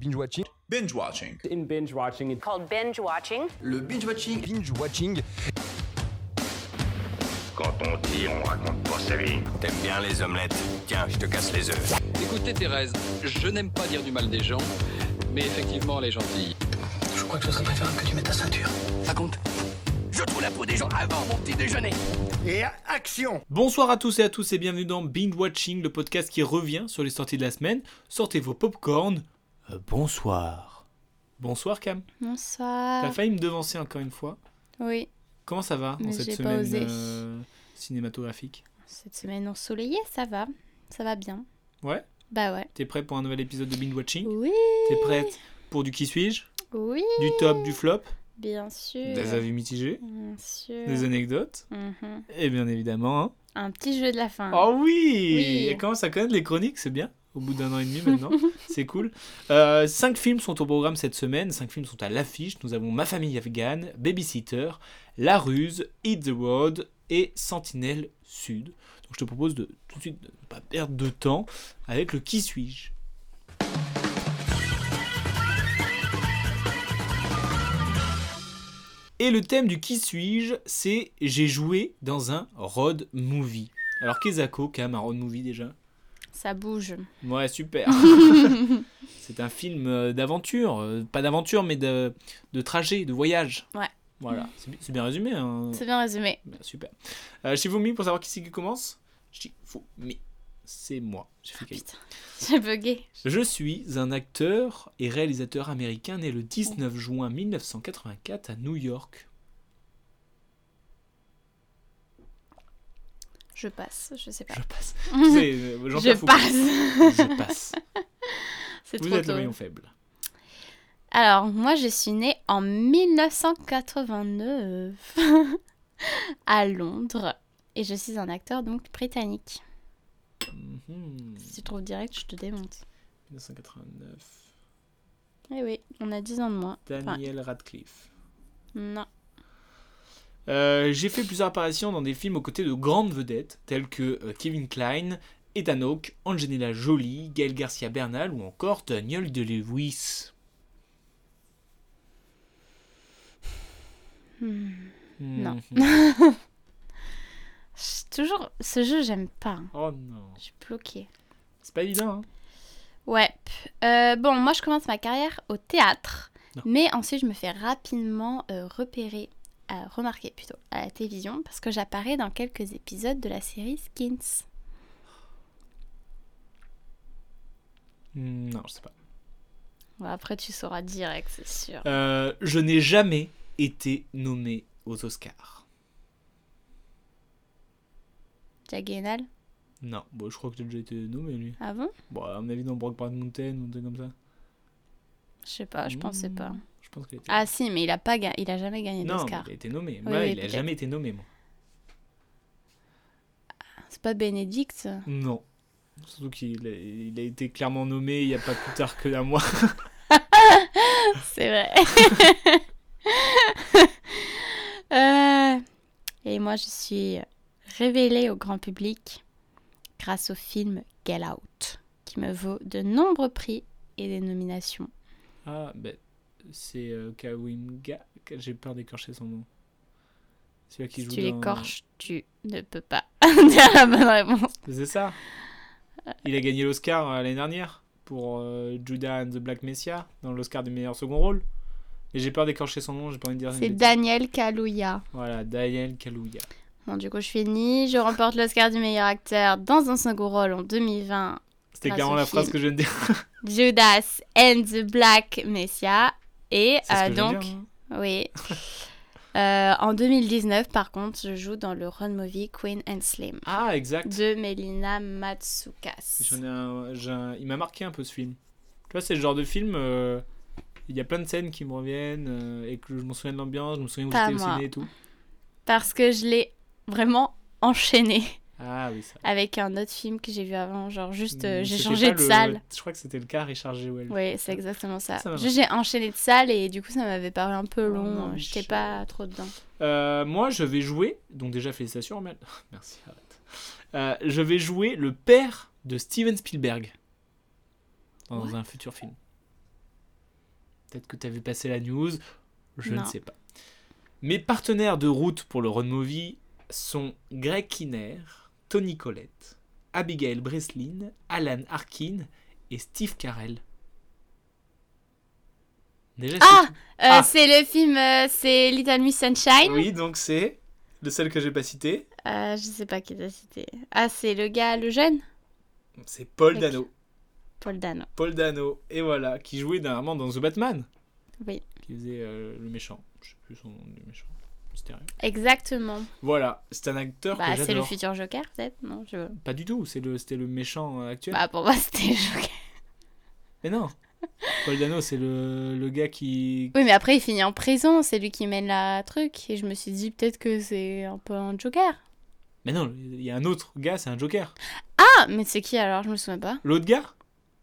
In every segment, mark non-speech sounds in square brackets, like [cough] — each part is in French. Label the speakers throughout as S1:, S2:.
S1: Binge watching.
S2: Binge watching.
S3: In binge watching, it's
S4: called binge watching.
S2: Le binge watching.
S1: Binge watching.
S5: Quand on dit, on raconte pas sa vie. T'aimes bien les omelettes Tiens, je te casse les œufs.
S6: Écoutez Thérèse, je n'aime pas dire du mal des gens, mais effectivement elle est gentille.
S7: Je crois que ce serait préférable que tu mettes ta ceinture.
S8: Raconte. Je trouve la peau des gens avant mon petit déjeuner.
S9: Et action
S10: Bonsoir à tous et à tous et bienvenue dans Binge Watching, le podcast qui revient sur les sorties de la semaine. Sortez vos popcorn. Euh, bonsoir. Bonsoir Cam.
S11: Bonsoir.
S10: T'as failli me devancer encore une fois.
S11: Oui.
S10: Comment ça va
S11: Mais
S10: en cette
S11: j'ai pas
S10: semaine
S11: osé.
S10: euh, cinématographique
S11: Cette semaine ensoleillée, ça va. Ça va bien.
S10: Ouais
S11: Bah ouais.
S10: T'es prêt pour un nouvel épisode de Binge Watching
S11: Oui.
S10: T'es prête pour du qui suis-je
S11: Oui.
S10: Du top, du flop
S11: Bien sûr.
S10: Des avis mitigés
S11: Bien sûr.
S10: Des anecdotes
S11: Mhm.
S10: Et bien évidemment... hein.
S11: Un petit jeu de la fin.
S10: Oh oui,
S11: Oui.
S10: Elle commence à connaître les chroniques, c'est bien. Au bout d'un an et demi
S11: [laughs]
S10: maintenant, c'est cool. Euh, cinq films sont au programme cette semaine, cinq films sont à l'affiche. Nous avons Ma famille afghane, Babysitter, La ruse, Hit the Road et Sentinelle Sud. Donc je te propose de tout de suite de ne pas perdre de temps avec le Qui suis-je Et le thème du Qui suis-je, c'est J'ai joué dans un road movie. Alors, Kezako, quand même, un road movie déjà
S11: Ça bouge.
S10: Ouais,
S11: [laughs]
S10: super. c'est un film euh, d'aventure. euh, Pas d'aventure, mais de, de trajet, de voyage.
S11: Ouais.
S10: Voilà, c'est bi- c'est bien résumé. hein.
S11: C'est bien résumé. [laughs]
S10: Bah, super. Euh, Shifumi, pour savoir qui c'est qui commence Shifumi. C'est moi. J'ai fait caillou.
S11: Putain, j'ai bugué.
S10: Je suis un acteur et réalisateur américain né le 19 juin 1984 à New York.
S11: Je passe, je sais pas.
S10: Je
S11: [laughs]
S10: passe. Vous savez, euh, Jean-Pierre
S11: Je
S10: Foucault.
S11: passe. [laughs]
S10: Je passe.
S11: C'est
S10: Vous
S11: trop
S10: êtes le
S11: tôt.
S10: maillon faible.
S11: Alors, moi, je suis née en 1989 [laughs] à Londres. Et je suis un acteur donc britannique.
S10: Mhm.
S11: Si tu trouves direct, je te démonte.
S10: 1989.
S11: Eh oui, on a 10 ans de moins. Enfin,
S10: Daniel Radcliffe.
S11: non.
S10: Euh, j'ai fait plusieurs apparitions dans des films aux côtés de grandes vedettes telles que euh, Kevin Klein, Ethan Hawke, Angelina Jolie, Gael Garcia Bernal ou encore Daniel De-Lewis. Hmm. [laughs]
S11: Non.
S10: Mhm.
S11: C'est Toujours, ce jeu, j'aime pas. hein.
S10: Oh non.
S11: Je suis bloquée.
S10: C'est pas évident. hein.
S11: Ouais. Euh, bon, moi, je commence ma carrière au théâtre.
S10: Non.
S11: Mais ensuite, je me fais rapidement euh, repérer, euh, remarquer plutôt, à la télévision, parce que j'apparais dans quelques épisodes de la série Skins.
S10: Mm, Non, je sais pas.
S11: Bon, après, tu sauras direct, c'est sûr.
S10: Euh, je n'ai jamais été nommé aux Oscars.
S11: Jack Gaynal
S10: Non, bon, je crois que j'ai déjà été nommé lui.
S11: Ah bon
S10: Bon, à mon avis, dans Brockback Mountain ou un truc comme ça.
S11: Je sais pas, je pensais
S10: Mm.
S11: pas.
S10: Je pense qu'il a été.
S11: Ah si, mais il a, pas ga- il a jamais gagné
S10: non, mais
S11: d'Oscar.
S10: il a été nommé.
S11: Oui,
S10: Moi,
S11: oui,
S10: il a
S11: peut-être.
S10: jamais été nommé, moi.
S11: C'est pas Bénédicte
S10: [laughs] Non. Surtout qu'il a, il a été clairement nommé il n'y a pas plus tard que un mois.
S11: C'est vrai. [laughs] Euh, Et moi, je suis révélée au grand public grâce au film Get Out, qui me vaut de nombreux prix et des nominations.
S10: [laughs] Ah, ben, c'est euh, Kawinga. J'ai peur d'écorcher son nom. Celui qui
S11: Si
S10: joue
S11: tu
S10: dans-
S11: l'écorches, tu ne peux pas [laughs] dire la bonne réponse.
S10: C'est ça. Il a gagné l'Oscar euh, l'année dernière pour euh, Judas and the Black Messiah dans l'Oscar du meilleur second rôle. Et j'ai peur d'écorcher son nom, j'ai pas envie de dire. une
S11: C'est
S10: bêtise.
S11: Daniel Kaluuya.
S10: Voilà, Daniel Kaluuya.
S11: Bon, du coup, je finis. Je remporte l'Oscar du meilleur acteur dans un second rôle en 2020
S10: C'était
S11: Grâce
S10: clairement
S11: au
S10: la
S11: Ah, film.
S10: phrase que je viens de dire.
S11: Judas and the Black Messiah. Et
S10: C'est ce
S11: euh,
S10: que je viens de
S11: donc,
S10: dire, hein.
S11: oui. [laughs] Euh, en 2019, par contre, je joue dans le road movie Queen and Slim
S10: Ah, exact.
S11: de Melina Matsoukas.
S10: J'en ai un- j'ai un- il m'a marqué un peu ce film. Tu vois, c'est le genre de film. euh, Il y a plein de scènes qui me reviennent euh, et que je m'en souviens de l'ambiance, je me souviens où
S11: Pas
S10: j'étais au
S11: moi.
S10: ciné et tout.
S11: Parce que je l'ai vraiment enchaîné [laughs]
S10: Ah oui, ça.
S11: avec un autre film que j'ai vu avant. Genre, juste, euh,
S10: Mm,
S11: j'ai
S10: c'était
S11: changé
S10: pas
S11: de
S10: le-
S11: salle.
S10: Je crois que c'était le cas Richard Jewell.
S11: Oui, c'est exactement ça.
S10: Ça m'a
S11: Juste, j'ai enchaîné de salle et du coup, ça m'avait paru un peu
S10: Oh
S11: long. euh,
S10: non, mais
S11: J'étais
S10: je-
S11: pas trop dedans.
S10: Euh, moi, je vais jouer. Donc, déjà, félicitations, Armel. [laughs] Merci, arrête. Euh, je vais jouer le père de Steven Spielberg dans un futur film. Peut-être que tu as vu passer la news, je
S11: Non.
S10: ne sais pas. Mes partenaires de route pour le road movie sont Greg Kinner, Tony Collette, Abigail Breslin, Alan Harkin et Steve Carell. Déjà, c'est
S11: Ah,
S10: tout.
S11: Euh,
S10: Ah.
S11: C'est le film, euh, c'est Little Miss Sunshine.
S10: Oui, donc c'est le seul que j'ai pas cité.
S11: Euh, je sais pas qui t'a cité. Ah, c'est le gars, le jeune
S10: C'est Paul
S11: Ok.
S10: Dano.
S11: Paul Dano.
S10: Paul Dano, et voilà, qui jouait dernièrement dans The Batman.
S11: Oui.
S10: Qui faisait euh, le méchant. Je sais plus son nom du méchant. Mystérieux.
S11: Exactement.
S10: Voilà, c'est un acteur
S11: Bah,
S10: que
S11: c'est le
S10: j'adore.
S11: futur Joker, peut-être Non, je...
S10: Pas du tout, c'est le, c'était le méchant euh, actuel.
S11: Bah, pour moi, [laughs] c'était Joker.
S10: Mais
S11: [laughs]
S10: non Paul Dano, c'est le, le gars qui.
S11: Oui, mais après, il finit en prison. C'est lui qui mène la truc. Et je me suis dit, peut-être que c'est un peu un Joker.
S10: Mais non, il y a un autre gars, c'est un Joker.
S11: Ah, mais c'est qui alors Je me souviens pas.
S10: L'autre gars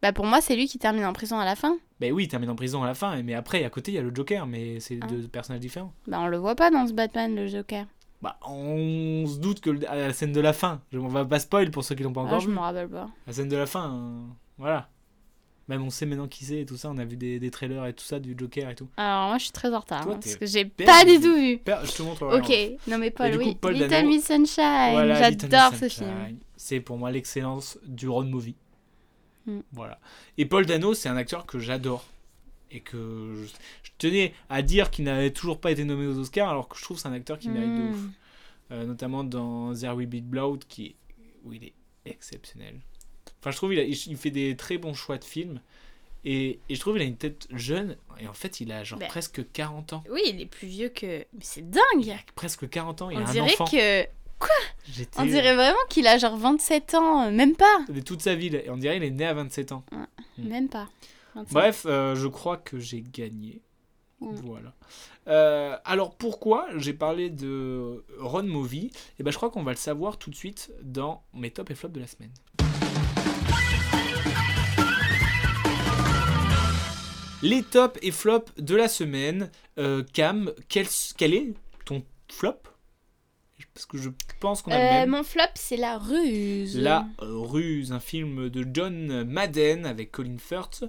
S11: Bah, pour moi, c'est lui qui termine en prison à la fin.
S10: Ben oui, il termine en prison à la fin, mais après, à côté, il y a le Joker, mais c'est
S11: Ah.
S10: deux personnages différents.
S11: Bah, on le voit pas dans ce Batman, le Joker.
S10: Bah, on se doute que le- à la scène de la fin, je, on va pas spoil pour ceux qui l'ont pas
S11: Ah,
S10: encore
S11: je
S10: vu.
S11: m'en rappelle pas.
S10: La scène de la fin, euh, voilà. Même on sait maintenant qui c'est et tout ça, on a vu des, des trailers et tout ça, du Joker et tout.
S11: Alors, moi, je suis très en retard.
S10: Toi,
S11: hein, parce
S10: t'es
S11: que j'ai
S10: perdu.
S11: pas du tout vu.
S10: Per- Je te montre. ouais,
S11: Ok,
S10: ouais.
S11: non mais Paul,
S10: du coup,
S11: oui.
S10: Paul
S11: Little
S10: Dano-
S11: Miss Sunshine,
S10: Voilà, Little
S11: j'adore
S10: Miss
S11: ce
S10: Sunshine.
S11: film.
S10: C'est pour moi l'excellence du road movie.
S11: Mm.
S10: Voilà. Et Paul Dano, c'est un acteur que j'adore. Et que je, je tenais à dire qu'il n'avait toujours pas été nommé aux Oscars, alors que je trouve que c'est un acteur qui mérite de ouf.
S11: Hmm.
S10: Euh, notamment dans There Will Be Blood, qui est- où il est exceptionnel. Enfin, je trouve il, a- il, il fait des très bons choix de films. Et, et je trouve il a une tête jeune. Et en fait, il a genre
S11: Ben.
S10: presque 40 ans.
S11: Oui, il est plus vieux que. Mais c'est
S10: Il
S11: dingue!
S10: a presque 40 ans, il
S11: On
S10: a un
S11: dirait
S10: enfant.
S11: que.
S10: J'étais-
S11: On dirait vraiment qu'il a genre 27 ans, euh, même pas!
S10: de toute sa vie. là. Et on dirait qu'il est né à 27 ans. Mm.
S11: Même pas. 25.
S10: Bref, euh, je crois que j'ai gagné.
S11: Mm.
S10: Voilà. Euh, alors pourquoi j'ai parlé de Ron Movie Et ben je crois qu'on va le savoir tout de suite dans mes top et flop de la semaine. Les tops et flops de la semaine. Euh, Cam, quel, quel est ton flop Parce que je pense qu'on a le
S11: Euh,
S10: même.
S11: mon flop, c'est La Ruse.
S10: La Ruse, un film de John Madden avec Colin Firth,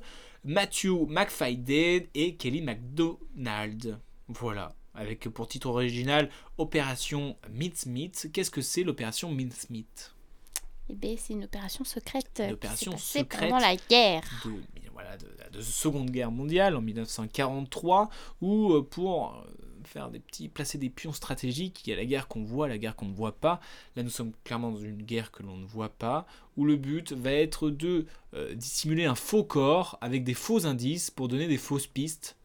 S10: Matthew McFadden et Kelly MacDonald. Voilà. Avec pour titre original Opération Mincemeat. Qu'est-ce que c'est l'opération Mincemeat
S11: Eh ben, c'est une opération secrète.
S10: Une
S11: euh, qui
S10: opération
S11: s'est passée
S10: secrète.
S11: Pendant la guerre.
S10: de, voilà, de, de la Seconde Guerre mondiale en 1943 où euh, pour euh, faire des petits placer des pions stratégiques, il y a la guerre qu'on voit, la guerre qu'on ne voit pas. Là, nous sommes clairement dans une guerre que l'on ne voit pas où le but va être de euh, dissimuler un faux corps avec des faux indices pour donner des fausses pistes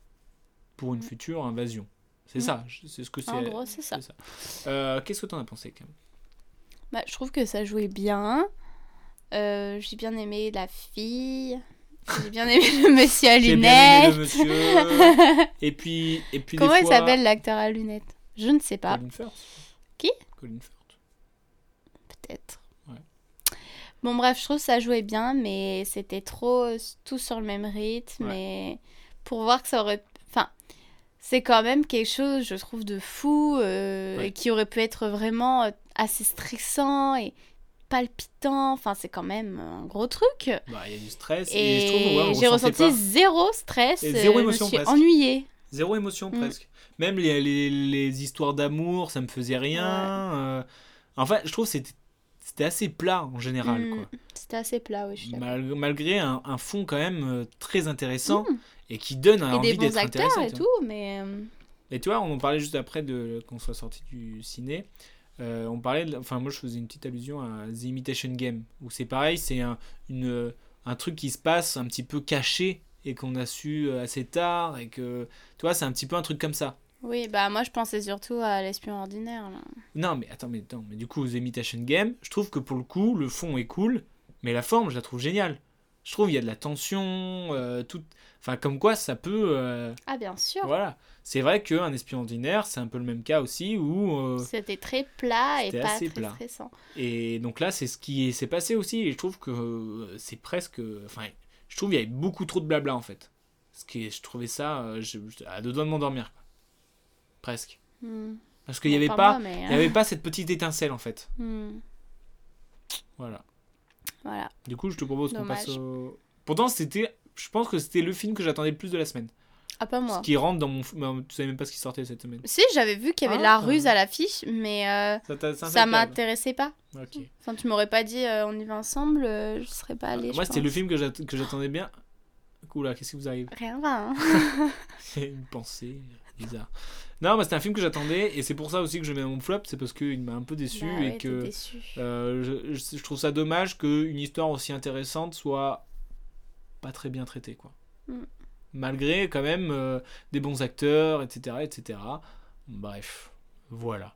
S10: pour une future invasion. C'est
S11: Mm.
S10: ça, je- c'est ce que c'est.
S11: Mmh. En gros, c'est ça.
S10: c'est Euh, Qu'est-ce que tu en as pensé quand
S11: Bah, je trouve que ça jouait bien. Euh, j'ai bien aimé la fille. J'ai bien aimé le monsieur à
S10: J'ai bien aimé le
S11: lunettes. [laughs]
S10: monsieur. et puis et puis des
S11: Comment il
S10: fois-
S11: s'appelle l'acteur à lunettes Je ne sais pas,
S10: Colin Firth.
S11: Qui
S10: Colin Firth.
S11: peut-être.
S10: Ouais.
S11: Bon, bref, je trouve que ça jouait bien, mais c'était trop euh, tout sur le même rythme.
S10: Ouais.
S11: Et pour voir que ça aurait. Enfin, c'est quand même quelque chose, je trouve, de fou, euh,
S10: Ouais.
S11: et qui aurait pu être vraiment euh, assez stressant et palpitant. Enfin, c'est quand même un gros truc.
S10: Bah, il y a du stress. Et, je trouve que, ouais, on
S11: Et j'ai
S10: ressentait
S11: ressenti
S10: pas.
S11: zéro stress.
S10: Et
S11: euh,
S10: zéro
S11: je
S10: émotion,
S11: me suis
S10: presque.
S11: ennuyée.
S10: Zéro émotion
S11: Mm.
S10: presque. Même les, les, les histoires d'amour, ça me faisait rien. euh, Enfin, je trouve que c'était c'était assez plat en général.
S11: Mm.
S10: Quoi.
S11: C'était assez plat, oui, je suis d'accord.
S10: Mal- malgré un, un fond quand même euh, très intéressant et qui donne
S11: Mm. Et des
S10: envie
S11: bons
S10: d'être
S11: acteurs
S10: intéressant.
S11: et
S10: tu vois.
S11: tout, mais. euh,
S10: Et tu vois, on en parlait juste après de qu'on soit sorti du ciné. Euh, on parlait, de- enfin moi je faisais une petite allusion à The Imitation Game où c'est pareil, c'est un, une- un truc qui se passe un petit peu caché et qu'on a su euh, assez tard et que tu vois c'est un petit peu un truc comme ça.
S11: Oui, bah moi je pensais surtout à l'espion ordinaire. là.
S10: Non mais attends mais attends mais du coup The Imitation Game, je trouve que pour le coup le fond est cool mais la forme je la trouve géniale. Je trouve il y a de la tension, euh, tout, enfin comme quoi ça peut, euh,
S11: Ah bien sûr.
S10: voilà. C'est vrai qu'un espion ordinaire c'est un peu le même cas aussi où euh,
S11: C'était très plat et
S10: C'était
S11: pas
S10: assez
S11: très
S10: plat.
S11: stressant.
S10: Et donc là, c'est ce qui s'est passé aussi. Et je trouve que euh, c'est presque. Enfin, je trouve qu'il y avait beaucoup trop de blabla en fait. Ce qui, est- je trouvais ça euh, je- je- à deux doigts de m'endormir. quoi. Presque.
S11: Hmm.
S10: Parce qu'il n'y
S11: Bon, hein.
S10: avait, pas,
S11: moi, mais,
S10: il y avait pas cette petite étincelle en fait.
S11: euh, hmm.
S10: Voilà.
S11: Voilà.
S10: Du coup, je te propose qu'on
S11: Dommage.
S10: passe au. Pourtant, c'était. Je pense que c'était le film que j'attendais le plus de la semaine.
S11: Ah, pas moi.
S10: Ce qui rentre dans mon. f- mon- Tu savais même pas ce qui sortait cette semaine.
S11: Si, j'avais vu qu'il y avait de
S10: Ah.
S11: la ruse à l'affiche, mais euh,
S10: Ça t'a- ça
S11: ça
S10: t'a-
S11: m'intéressait pas.
S10: Ok.
S11: Enfin, tu m'aurais pas dit euh, on y va ensemble, euh, je serais pas allée.
S10: Moi,
S11: je
S10: c'était le
S11: pense.
S10: film que j'att- que j'attendais bien. Oula, qu'est-ce qui vous arrive
S11: Rien va, hein.
S10: C'est une pensée bizarre. Non, mais c'était un film que j'attendais et c'est pour ça aussi que je mets mon flop, c'est parce qu'il m'a un peu déçu
S11: Bah
S10: et
S11: ouais,
S10: que
S11: t'es déçu.
S10: euh, je, je- je trouve ça dommage qu'une histoire aussi intéressante soit pas très bien traitée, quoi.
S11: Mm.
S10: Malgré quand même euh, des bons acteurs, etc., etc. Bref, voilà.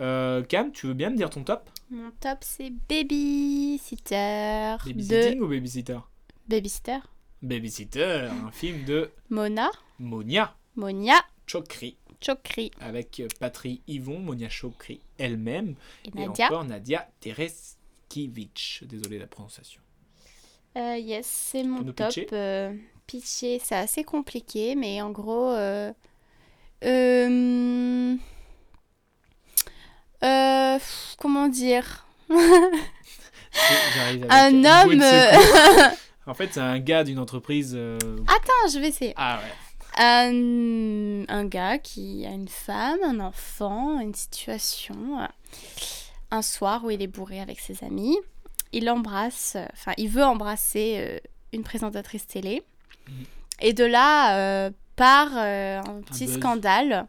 S10: Euh, Cam, tu veux bien me dire ton top
S11: Mon top, c'est Babysitter de
S10: Babysitting ou Babysitter
S11: Babysitter.
S10: Babysitter, un film de
S11: Mona,
S10: Monia
S11: Monia,
S10: Chokri
S11: Chokri
S10: avec euh, Patry Yvon, Monia Chokri elle-même
S11: et
S10: et
S11: Nadia.
S10: encore Nadia Tereskivich. Désolé la prononciation.
S11: Euh, yes, c'est mon
S10: nous
S11: top.
S10: pitcher
S11: Euh, pitcher, c'est assez compliqué, mais en gros, euh, euh, euh, pff, comment dire
S10: J'arrive avec
S11: Un
S10: une bouée de
S11: homme, euh,
S10: secours. en fait, c'est un gars d'une entreprise. euh,
S11: Attends, [laughs] je vais essayer.
S10: Ah ouais.
S11: Un, Euh, un gars qui a une femme, un enfant, une situation. euh, Un soir où il est bourré avec ses amis, il embrasse, euh, enfin il veut embrasser euh, une présentatrice télé. Et de là euh, part euh, un petit
S10: buzz.
S11: scandale.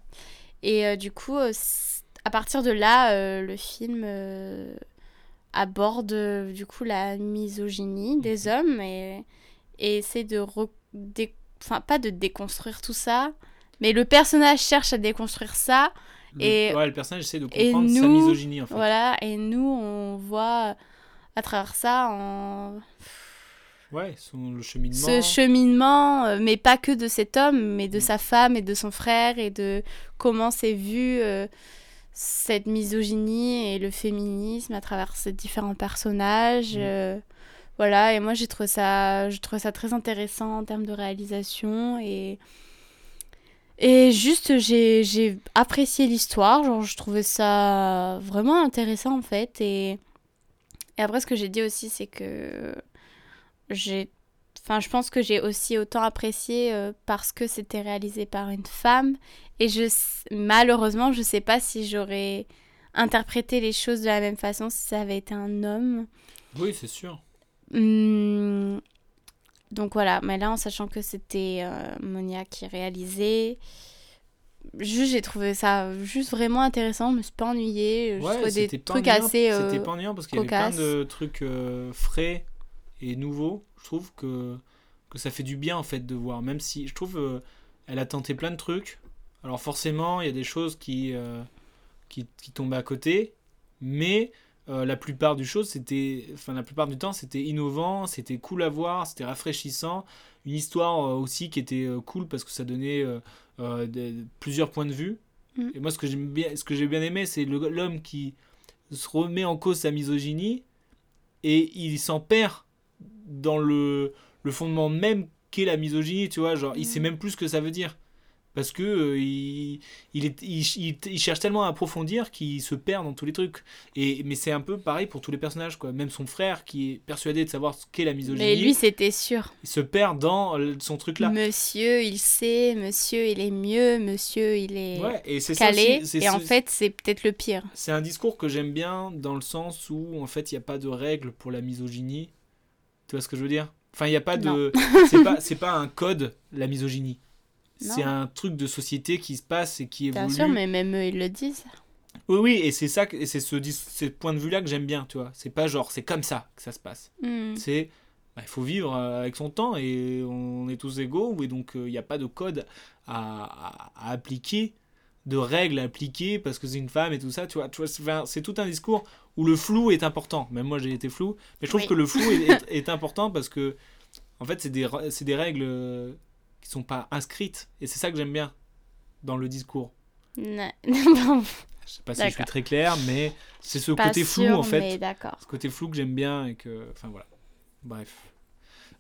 S11: Et euh, du coup, euh, c- à partir de là, euh, le film euh, aborde euh, du coup la misogynie des hommes et, et essaie de re- dé- enfin pas de déconstruire tout ça, mais le personnage cherche à déconstruire ça.
S10: Le,
S11: Et-
S10: ouais, le personnage essaie de
S11: et
S10: comprendre sa
S11: nous,
S10: misogynie en fait.
S11: Voilà, et nous on voit à travers ça en...
S10: Ouais, son, le cheminement. Mm.
S11: ce cheminement, euh, mais pas que de cet homme, mais de sa femme et de son frère et de comment s'est vue euh, cette misogynie et le féminisme à travers ces différents personnages.
S10: Mm.
S11: euh, voilà, et moi j'ai trouvé ça, je trouve ça très intéressant en termes de réalisation et et juste j'ai j'ai apprécié l'histoire, genre je trouvais ça vraiment intéressant en fait et et après ce que j'ai dit aussi c'est que j'ai enfin je pense que j'ai aussi autant apprécié euh, parce que c'était réalisé par une femme et je s- malheureusement je sais pas si j'aurais interprété les choses de la même façon si ça avait été un homme
S10: Oui, c'est sûr.
S11: Hum, donc voilà mais là en sachant que c'était euh, Monia qui réalisait juste j'ai trouvé ça juste vraiment intéressant je me suis pas ennuyée euh, je
S10: Ouais,
S11: trouve des
S10: c'était pas
S11: trucs
S10: ennuyant-
S11: assez euh,
S10: C'était pas ennuyant parce qu'il y avait plein
S11: cocasses.
S10: de trucs euh, frais et nouveaux. Je trouve que, que ça fait du bien en fait de voir. Même si je trouve euh, elle a tenté plein de trucs. Alors forcément, il y a des choses qui, euh, qui, qui tombent à côté, mais euh, la plupart du choses, c'était, enfin la plupart du temps, c'était innovant, c'était cool à voir, c'était rafraîchissant. Une histoire euh, aussi qui était euh, cool parce que ça donnait euh, euh, des- plusieurs points de vue.
S11: Mm.
S10: Et moi, ce que j'aime bien, ce que j'ai bien aimé, c'est le- l'homme qui se remet en cause sa misogynie et il s'en perd dans le, le fondement même qu'est la misogynie, tu vois, genre il
S11: Mm.
S10: sait même plus ce que ça veut dire. Parce que euh, il, il, est, il, ch- il t- il cherche tellement à approfondir qu'il se perd dans tous les trucs. Et, mais c'est un peu pareil pour tous les personnages, quoi. Même son frère qui est persuadé de savoir ce qu'est la misogynie,
S11: mais lui c'était sûr
S10: il se perd dans euh, son truc là.
S11: Monsieur, il sait, monsieur, il est mieux, monsieur, il est
S10: Ouais, et c'est ça
S11: calé.
S10: aussi, c'est
S11: et en
S10: ce-
S11: fait, c'est peut-être le pire.
S10: C'est un discours que j'aime bien dans le sens où en fait il n'y a pas de règle pour la misogynie. Tu vois ce que je veux dire Enfin, il n'y a pas de. [laughs] c'est pas, c'est pas un code, la misogynie.
S11: Non.
S10: C'est un truc de société qui se passe et qui
S11: Bien
S10: évolue.
S11: sûr, mais même eux, ils le disent.
S10: Oui, oui, et c'est ça, que- et c'est ce, dis- ce point de vue-là que j'aime bien, tu vois. C'est pas genre, c'est comme ça que ça se passe.
S11: Hmm.
S10: C'est. bah, il faut vivre euh, avec son temps et on est tous égaux, et donc euh, il n'y a pas de code à, à- à appliquer, de règles à appliquer parce que c'est une femme et tout ça, tu vois. Tu vois c'est, enfin, c'est tout un discours où le flou est important. Même moi j'ai été flou, mais je trouve
S11: Oui.
S10: que le flou
S11: [laughs]
S10: est, est- est important parce que, en fait, c'est des, ra- c'est des règles euh, qui sont pas inscrites et c'est ça que j'aime bien dans le discours.
S11: [laughs] Na- Bon,
S10: Je sais pas si je suis
S11: D'accord.
S10: très clair, mais c'est ce
S11: pas
S10: côté flou
S11: sûr,
S10: en fait
S11: mais d'accord.
S10: ce côté flou que j'aime bien et que enfin voilà bref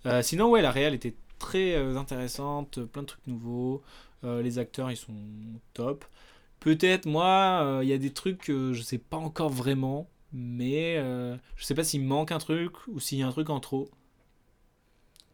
S10: Euh, sinon ouais la réal était très euh, intéressante plein de trucs nouveaux Euh, les acteurs ils sont top peut-être moi euh, il y a des trucs que je sais pas encore vraiment mais euh, je sais pas s'il me manque un truc ou s'il y a un truc en trop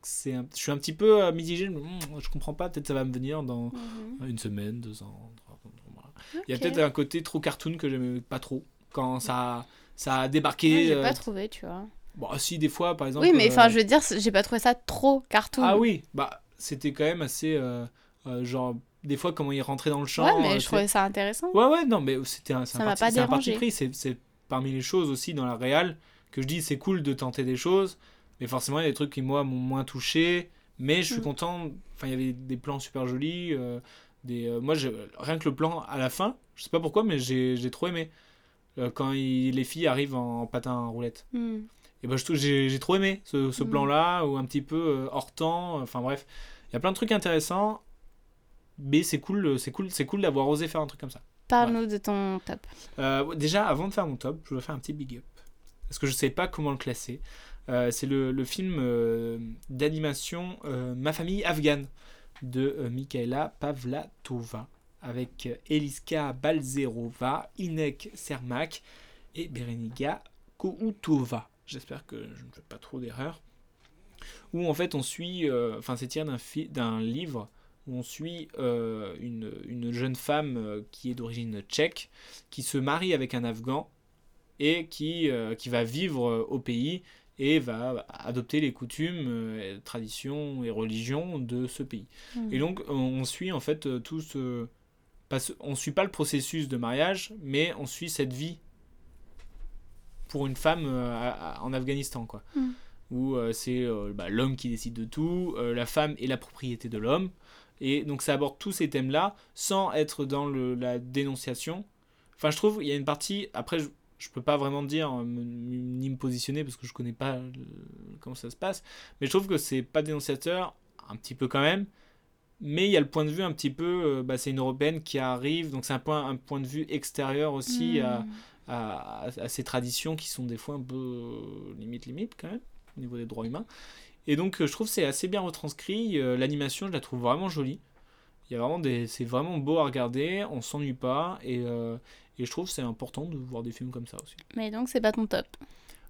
S10: c'est un- je suis un petit peu euh, mitigé. mais, hmm, Je comprends pas. Peut-être ça va me venir dans
S11: Mhm.
S10: une semaine, deux ans. trois ans, voilà. Il y a
S11: Ok.
S10: peut-être un côté trop cartoon que j'aimais pas trop quand ça ça a débarqué.
S11: Ouais, J'ai
S10: euh,
S11: pas trouvé, tu vois.
S10: bon, si des fois, par exemple.
S11: Oui, mais
S10: euh,
S11: enfin, je veux dire, c'est- j'ai pas trouvé ça trop cartoon.
S10: Ah oui, bah c'était quand même assez euh, euh, genre des fois comment il rentrait dans le champ.
S11: Ouais,
S10: euh,
S11: mais je
S10: c'est-
S11: trouvais ça intéressant.
S10: Ouais, ouais, non, mais c'était un, c'est un
S11: Ça m'a
S10: parti-
S11: pas
S10: c'est un parti
S11: dérangé.
S10: pris. C'est c'est parmi les choses aussi dans la réal que je dis c'est cool de tenter des choses, mais forcément il y a des trucs qui moi m'ont moins touché. Mais je suis
S11: Mm.
S10: content. Enfin, il y avait des plans super jolis. euh, des, euh, moi, j'ai- rien que le plan à la fin, je sais pas pourquoi, mais j'ai j'ai trop aimé. Euh, quand il- les filles arrivent en patin à roulette
S11: Hmm.
S10: et ben je trou- j'ai j'ai trop aimé ce, ce
S11: Mm.
S10: plan là ou un petit peu euh, hors temps enfin bref il y a plein de trucs intéressants mais c'est cool euh, c'est cool c'est cool d'avoir osé faire un truc comme ça
S11: Parle-nous de ton top.
S10: Euh, ouais, déjà avant de faire mon top je veux faire un petit big up parce que je sais pas comment le classer Euh, c'est le, le film euh, d'animation euh, ma famille afghane de euh, Michaela Pavlatova avec euh, Eliska Balzerova Inek Sermak et Bereniga Koutova. J'espère que je ne fais pas trop d'erreurs. Où en fait on suit, euh, enfin c'est tiré d'un fi- d'un livre où on suit euh, une, une jeune femme euh, qui est d'origine tchèque, qui se marie avec un Afghan et qui, euh, qui va vivre euh, au pays et va adopter les coutumes, euh, et traditions et religions de ce pays.
S11: Hmm.
S10: Et donc, on- on suit en fait euh, tout ce. Pas ce- on suit pas le processus de mariage, mais on suit cette vie pour une femme euh, à- à- en Afghanistan, quoi.
S11: Mm.
S10: Où euh, c'est euh, bah, l'homme qui décide de tout, euh, la femme est la propriété de l'homme. Et donc, ça aborde tous ces thèmes-là sans être dans le, la dénonciation. Enfin, je trouve, il y a une partie. Après, je, je peux pas vraiment dire, euh, me- me- ni me positionner parce que je connais pas euh, comment ça se passe. Mais je trouve que c'est pas dénonciateur, un petit peu quand même. Mais il y a le point de vue un petit peu, euh, bah, c'est une européenne qui arrive, donc c'est un point, un point de vue extérieur aussi à,
S11: Hmm.
S10: à- à- à ces traditions qui sont des fois un peu euh, limite limite quand même, au niveau des droits humains. Et donc euh, je trouve que c'est assez bien retranscrit, Euh, l'animation je la trouve vraiment jolie, il y a vraiment des, c'est vraiment beau à regarder, on s'ennuie pas, et, euh, et je trouve que c'est important de voir des films comme ça aussi.
S11: Mais donc, c'est pas ton top.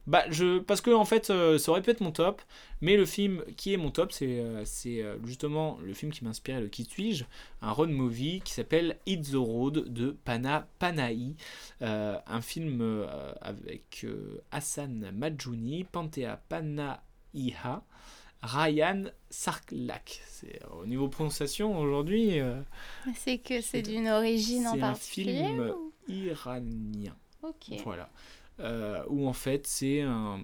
S10: Bah, je, parce que en fait, euh, ça aurait pu être mon top, mais le film qui est mon top, c'est euh, c'est, euh, justement le film qui m'a inspiré, le Qui suis-je, un road movie qui s'appelle It's the Road de Pana Panahi, euh, un film euh, avec euh, Hassan Majouni, Panthea Panaiha, Ryan Sarklak. C'est euh, au niveau prononciation aujourd'hui. euh,
S11: Mais C'est que
S10: C'est
S11: c'est d'une origine en
S10: c'est un
S11: particulier
S10: film
S11: ou-
S10: iranien.
S11: Ok.
S10: Voilà. Euh, où en fait c'est un,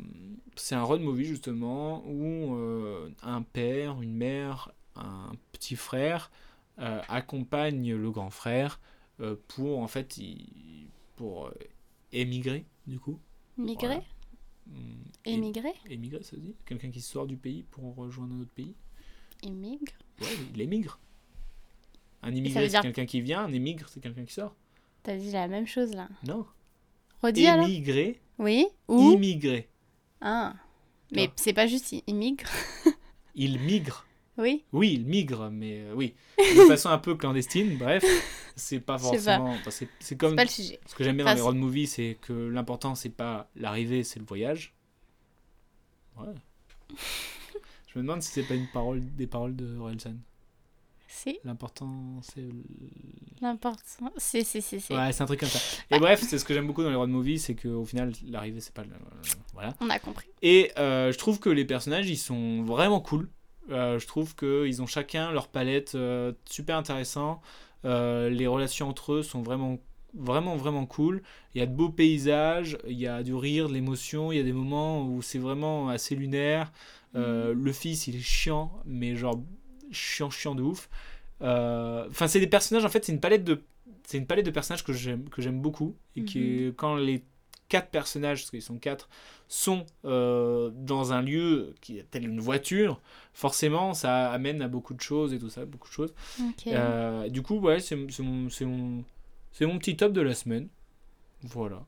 S10: c'est un road movie justement où euh, un père, une mère, un petit frère euh, accompagnent le grand frère euh, pour en fait il- pour euh, émigrer du coup.
S11: Migré
S10: Voilà. Hum, é-
S11: Émigré
S10: émigrer ça se dit Quelqu'un qui sort du pays pour rejoindre un autre pays
S11: Émigre
S10: Ouais, il émigre. Un
S11: veut
S10: immigré c'est
S11: dire-
S10: quelqu'un qui vient, un émigre c'est quelqu'un qui sort.
S11: T'as dit la même chose là.
S10: Non.
S11: Redis Mmh. alors Mmh.
S10: Émigré,
S11: Oui Ou
S10: immigré.
S11: Ah. Mais
S10: Ah.
S11: c'est pas juste i- immigre.
S10: Il migre.
S11: Oui
S10: Oui, il migre, mais euh, oui,
S11: [laughs]
S10: de façon un peu clandestine, bref, c'est pas
S11: Je sais pas.
S10: forcément... enfin, c'est- c'est
S11: C'est
S10: comme...
S11: pas le sujet.
S10: Ce que j'aime bien dans les
S11: Enfin,
S10: road movies, c'est que l'important, c'est pas l'arrivée, c'est le voyage. Ouais. Je me demande si c'est pas une parole, des paroles de Orelsan.
S11: C'est
S10: L'important, c'est... le-
S11: l'important. C'est, c'est, c'est, c'est.
S10: Ouais, c'est un truc comme ça. Et bref, c'est ce que j'aime beaucoup dans les road movies, c'est qu'au final, l'arrivée, c'est pas... le- Voilà.
S11: On a compris.
S10: Et euh, je trouve que les personnages, ils sont vraiment cool. Euh, je trouve qu'ils ont chacun leur palette euh, super intéressant. Euh, les relations entre eux sont vraiment, vraiment, vraiment cool. Il y a de beaux paysages, il y a du rire, de l'émotion. Il y a des moments où c'est vraiment assez lunaire. Euh, Le fils, il est chiant, mais genre chiant, chiant de ouf. Euh, Enfin, c'est des personnages. En fait, c'est une palette de, c'est une palette de personnages que j'aime, que j'aime beaucoup et qui, quand les quatre personnages, parce qu'ils sont quatre sont euh, dans un lieu qui est tel une voiture, forcément ça amène à beaucoup de choses et tout ça, beaucoup de choses.
S11: Ok.
S10: Euh, du coup, ouais, c'est c'est mon, c'est mon, c'est mon petit top de la semaine. Voilà.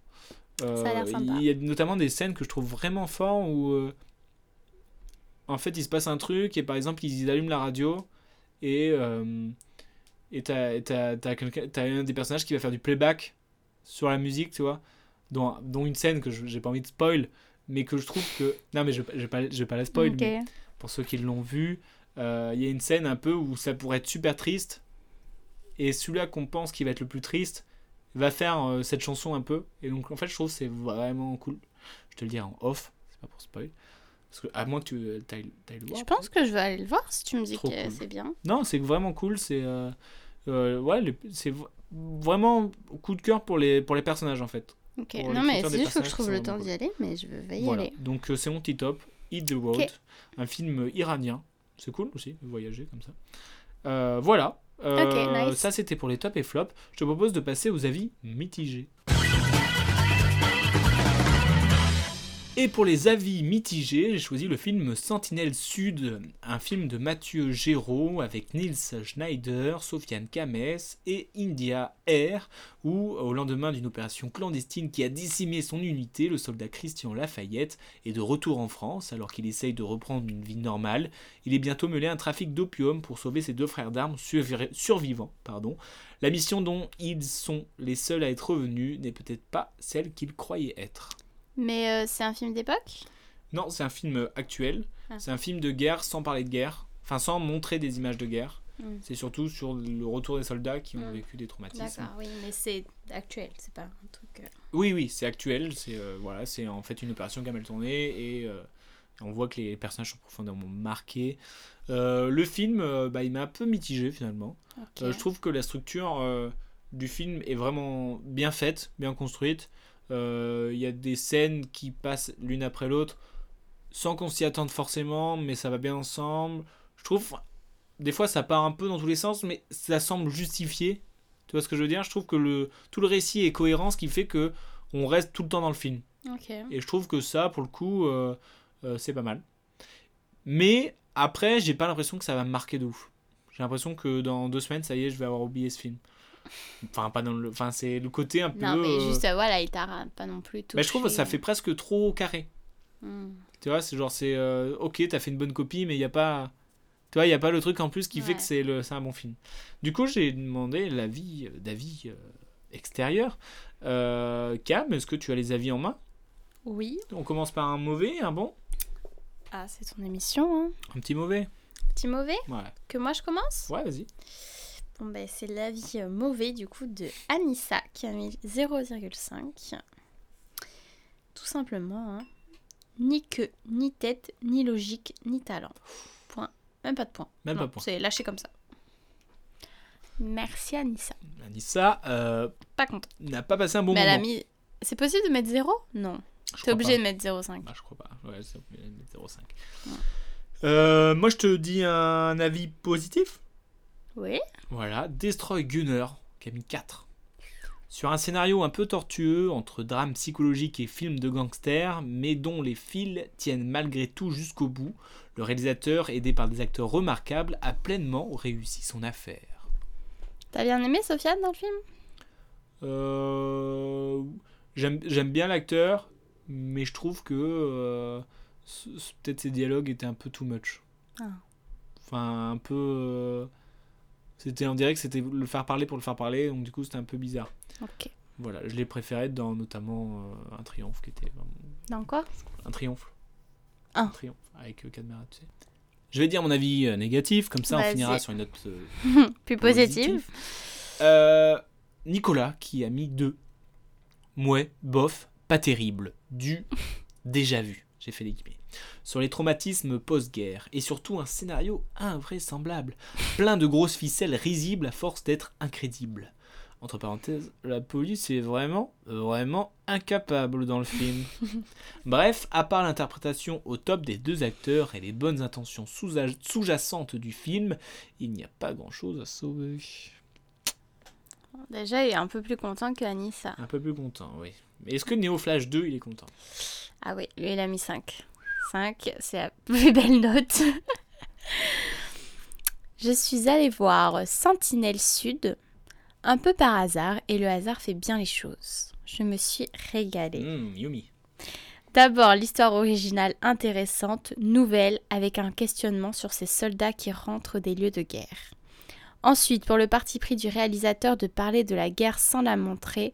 S11: Ça a l'air
S10: Euh,
S11: sympa.
S10: Il y a notamment des scènes que je trouve vraiment fortes où euh, en fait il se passe un truc et par exemple ils allument la radio et euh, et t'as et t'as- t'as quelqu'un- t'as un des personnages qui va faire du playback sur la musique, tu vois, dont, dont une scène que je- j'ai pas envie de spoil, mais que je trouve que. Non, mais je, vais pas- je, vais pas, je vais pas la spoil,
S11: Ok.
S10: mais Pour ceux qui l'ont vu, euh, il y a une scène un peu où ça pourrait être super triste. Et celui-là qu'on pense qui va être le plus triste va faire euh, cette chanson un peu. Et donc en fait, je trouve que c'est vraiment cool. Je te le dis en off, c'est pas pour spoil. Parce que, à moins que tu ailles le voir.
S11: Je pense que je vais aller le voir si tu me dis
S10: Trop
S11: que
S10: cool.
S11: c'est bien.
S10: Non, c'est vraiment cool. C'est euh, euh, ouais, les- c'est v- vraiment coup de cœur pour les, pour les personnages en fait.
S11: Ok.
S10: Pour
S11: Non, mais
S10: l'écriture
S11: c'est
S10: des
S11: juste faut que
S10: personnages,
S11: je trouve
S10: c'est
S11: le
S10: vraiment
S11: temps
S10: cool.
S11: d'y aller, mais je vais y
S10: Voilà.
S11: aller.
S10: Donc euh, c'est mon petit top. Hit the Road,
S11: Ok.
S10: un film iranien. C'est cool aussi de voyager comme ça. Euh, voilà. Euh,
S11: Ok, nice.
S10: Ça c'était pour les tops et flops. Je te propose de passer aux avis mitigés. Et pour les avis mitigés, j'ai choisi le film Sentinelle Sud, un film de Mathieu Géraud avec Niels Schneider, Sofiane Kames et India Air, où, au lendemain d'une opération clandestine qui a décimé son unité, le soldat Christian Lafayette est de retour en France alors qu'il essaye de reprendre une vie normale. Il est bientôt mêlé à un trafic d'opium pour sauver ses deux frères d'armes survi- survivants. Pardon. La mission dont ils sont les seuls à être revenus n'est peut-être pas celle qu'ils croyaient être.
S11: Mais euh, c'est un film d'époque
S10: Non, c'est un film euh, actuel.
S11: Ah.
S10: C'est un film de guerre sans parler de guerre. Enfin, sans montrer des images de guerre.
S11: Mm.
S10: C'est surtout sur le retour des soldats qui ont
S11: Mm.
S10: vécu des traumatismes.
S11: D'accord, oui, mais c'est actuel, c'est pas un truc. euh,
S10: Oui, oui, c'est actuel. C'est euh, voilà, c'est en fait une opération qui a mal tourné et euh, on voit que les personnages sont profondément marqués. Euh, le film, euh, bah, il m'a un peu mitigé finalement.
S11: ok.
S10: Euh, je trouve que la structure euh, du film est vraiment bien faite, bien construite. Euh, Il y a des scènes qui passent l'une après l'autre sans qu'on s'y attende forcément, mais ça va bien ensemble. Je trouve, des fois, ça part un peu dans tous les sens, mais ça semble justifié. Tu vois ce que je veux dire Je trouve que le, tout le récit est cohérent, ce qui fait que on reste tout le temps dans le film.
S11: Ok.
S10: Et je trouve que ça, pour le coup, euh, euh, c'est pas mal. Mais après, j'ai pas l'impression que ça va me marquer de ouf. J'ai l'impression que dans deux semaines, ça y est, je vais avoir oublié ce film. Enfin, pas dans le. Enfin, c'est le côté un peu.
S11: Non, mais
S10: euh,
S11: juste, euh, voilà, il t'a pas non plus hein. Hmm. tout.
S10: mais je trouve que ça fait presque trop carré. Tu vois, c'est genre, c'est. euh, ok, t'as fait une bonne copie, mais il n'y a pas. Tu vois, il n'y a pas le truc en plus qui fait
S11: Ouais.
S10: que c'est le- c'est un bon film. Du coup, j'ai demandé l'avis euh, d'avis euh, extérieur. Euh, Cam, est-ce que tu as les avis en main
S11: Oui.
S10: On commence par un mauvais, un bon
S11: Ah, c'est ton émission, hein.
S10: Un petit mauvais
S11: Petit mauvais
S10: Ouais.
S11: Que moi je commence
S10: Ouais, vas-y.
S11: Bon, ben, c'est l'avis euh, mauvais du coup de Anissa qui a mis 0,5. Tout simplement, hein. ni queue, ni tête, ni logique, ni talent. Point. Même pas de point.
S10: Même
S11: Non,
S10: pas de point.
S11: C'est lâché comme ça. Merci Anissa.
S10: Anissa euh,
S11: Pas contente.
S10: n'a pas passé un bon
S11: Mais elle
S10: moment.
S11: a mis. C'est possible de mettre 0 Non.
S10: Je
S11: T'es
S10: crois
S11: obligé
S10: pas.
S11: de mettre 0,5.
S10: Bah, je crois pas. Ouais, c'est elle a mis 0,5. Euh, moi, je te dis un avis positif.
S11: Oui.
S10: Voilà, Destroy Gunner, qui a mis 4. Sur un scénario un peu tortueux, entre drame psychologique et film de gangster, mais dont les fils tiennent malgré tout jusqu'au bout, le réalisateur, aidé par des acteurs remarquables, a pleinement réussi son affaire.
S11: T'as bien aimé Sofiane dans le film
S10: Euh, J'aime j'aime bien l'acteur, mais je trouve que euh, ce- ce- peut-être ses dialogues étaient un peu too much.
S11: Ah.
S10: Enfin, un peu. euh, c'était on dirait que c'était le faire parler pour le faire parler, donc du coup c'était un peu bizarre.
S11: Ok.
S10: Voilà, je l'ai préféré dans notamment euh, un triomphe qui était vraiment
S11: Dans quoi
S10: un triomphe.
S11: Ah.
S10: Un triomphe avec euh, Cadmera, tu sais. Je vais dire mon avis euh, négatif, comme ça on
S11: Vas-y.
S10: finira sur une note euh,
S11: Plus positive.
S10: euh, Nicolas qui a mis 2. Mouais, bof, pas terrible. Du déjà vu. J'ai fait l'équipier. Sur les traumatismes post-guerre et surtout un scénario invraisemblable, plein de grosses ficelles risibles à force d'être incrédible. Entre parenthèses, la police est vraiment, vraiment incapable dans le film. Bref, à part l'interprétation au top des deux acteurs et les bonnes intentions sous- sous-jacentes du film, il n'y a pas grand-chose à sauver.
S11: Déjà, il est un peu plus content que Anissa.
S10: Un peu plus content, oui. Mais est-ce que Neo Flash 2, il est content
S11: Ah oui, lui, il a mis 5. 5, c'est la plus [laughs] belle note. Je suis allée voir Sentinelle Sud, un peu par hasard, et le hasard fait bien les choses. Je me suis régalée.
S10: Hum, Yumi.
S11: D'abord, l'histoire originale intéressante, nouvelle, avec un questionnement sur ces soldats qui rentrent des lieux de guerre. Ensuite, pour le parti pris du réalisateur de parler de la guerre sans la montrer,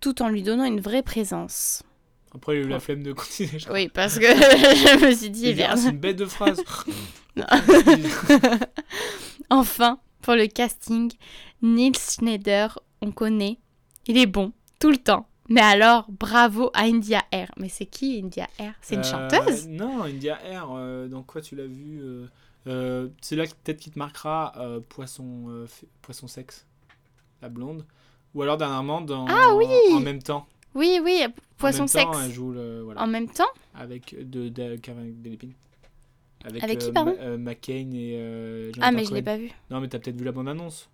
S11: tout en lui donnant une vraie présence.
S10: Après, il a eu la flemme de continuer. je crois.
S11: Oui, parce que [laughs] je me suis dit,
S10: Il dit, Ah,
S11: merde.
S10: c'est une bête de phrase.
S11: [laughs]
S10: [laughs]
S11: Non. enfin, pour le casting, Nils Schneider, on connaît. Il est bon, tout le temps. Mais alors, bravo à India Air. Mais c'est qui India Air C'est une
S10: Euh,
S11: chanteuse
S10: Non, India Air, euh, dans quoi tu l'as vu euh, euh, C'est là que- peut-être qui te marquera euh, Poisson, euh, f- Poisson Sexe, la blonde. Ou alors dernièrement dans En même temps.
S11: Oui, oui, euh,
S10: en
S11: Ah Poisson
S10: même temps,
S11: Sexe.
S10: elle joue le- voilà,
S11: En même temps Ah,
S10: avec de, de Carvin Delépine.
S11: Avec qui,
S10: euh,
S11: pardon
S10: Ma- euh, McCain et. euh,
S11: Ah,
S10: Jonathan
S11: mais je
S10: Cohen.
S11: l'ai pas vu.
S10: Non, mais t'as peut-être vu la bonne annonce.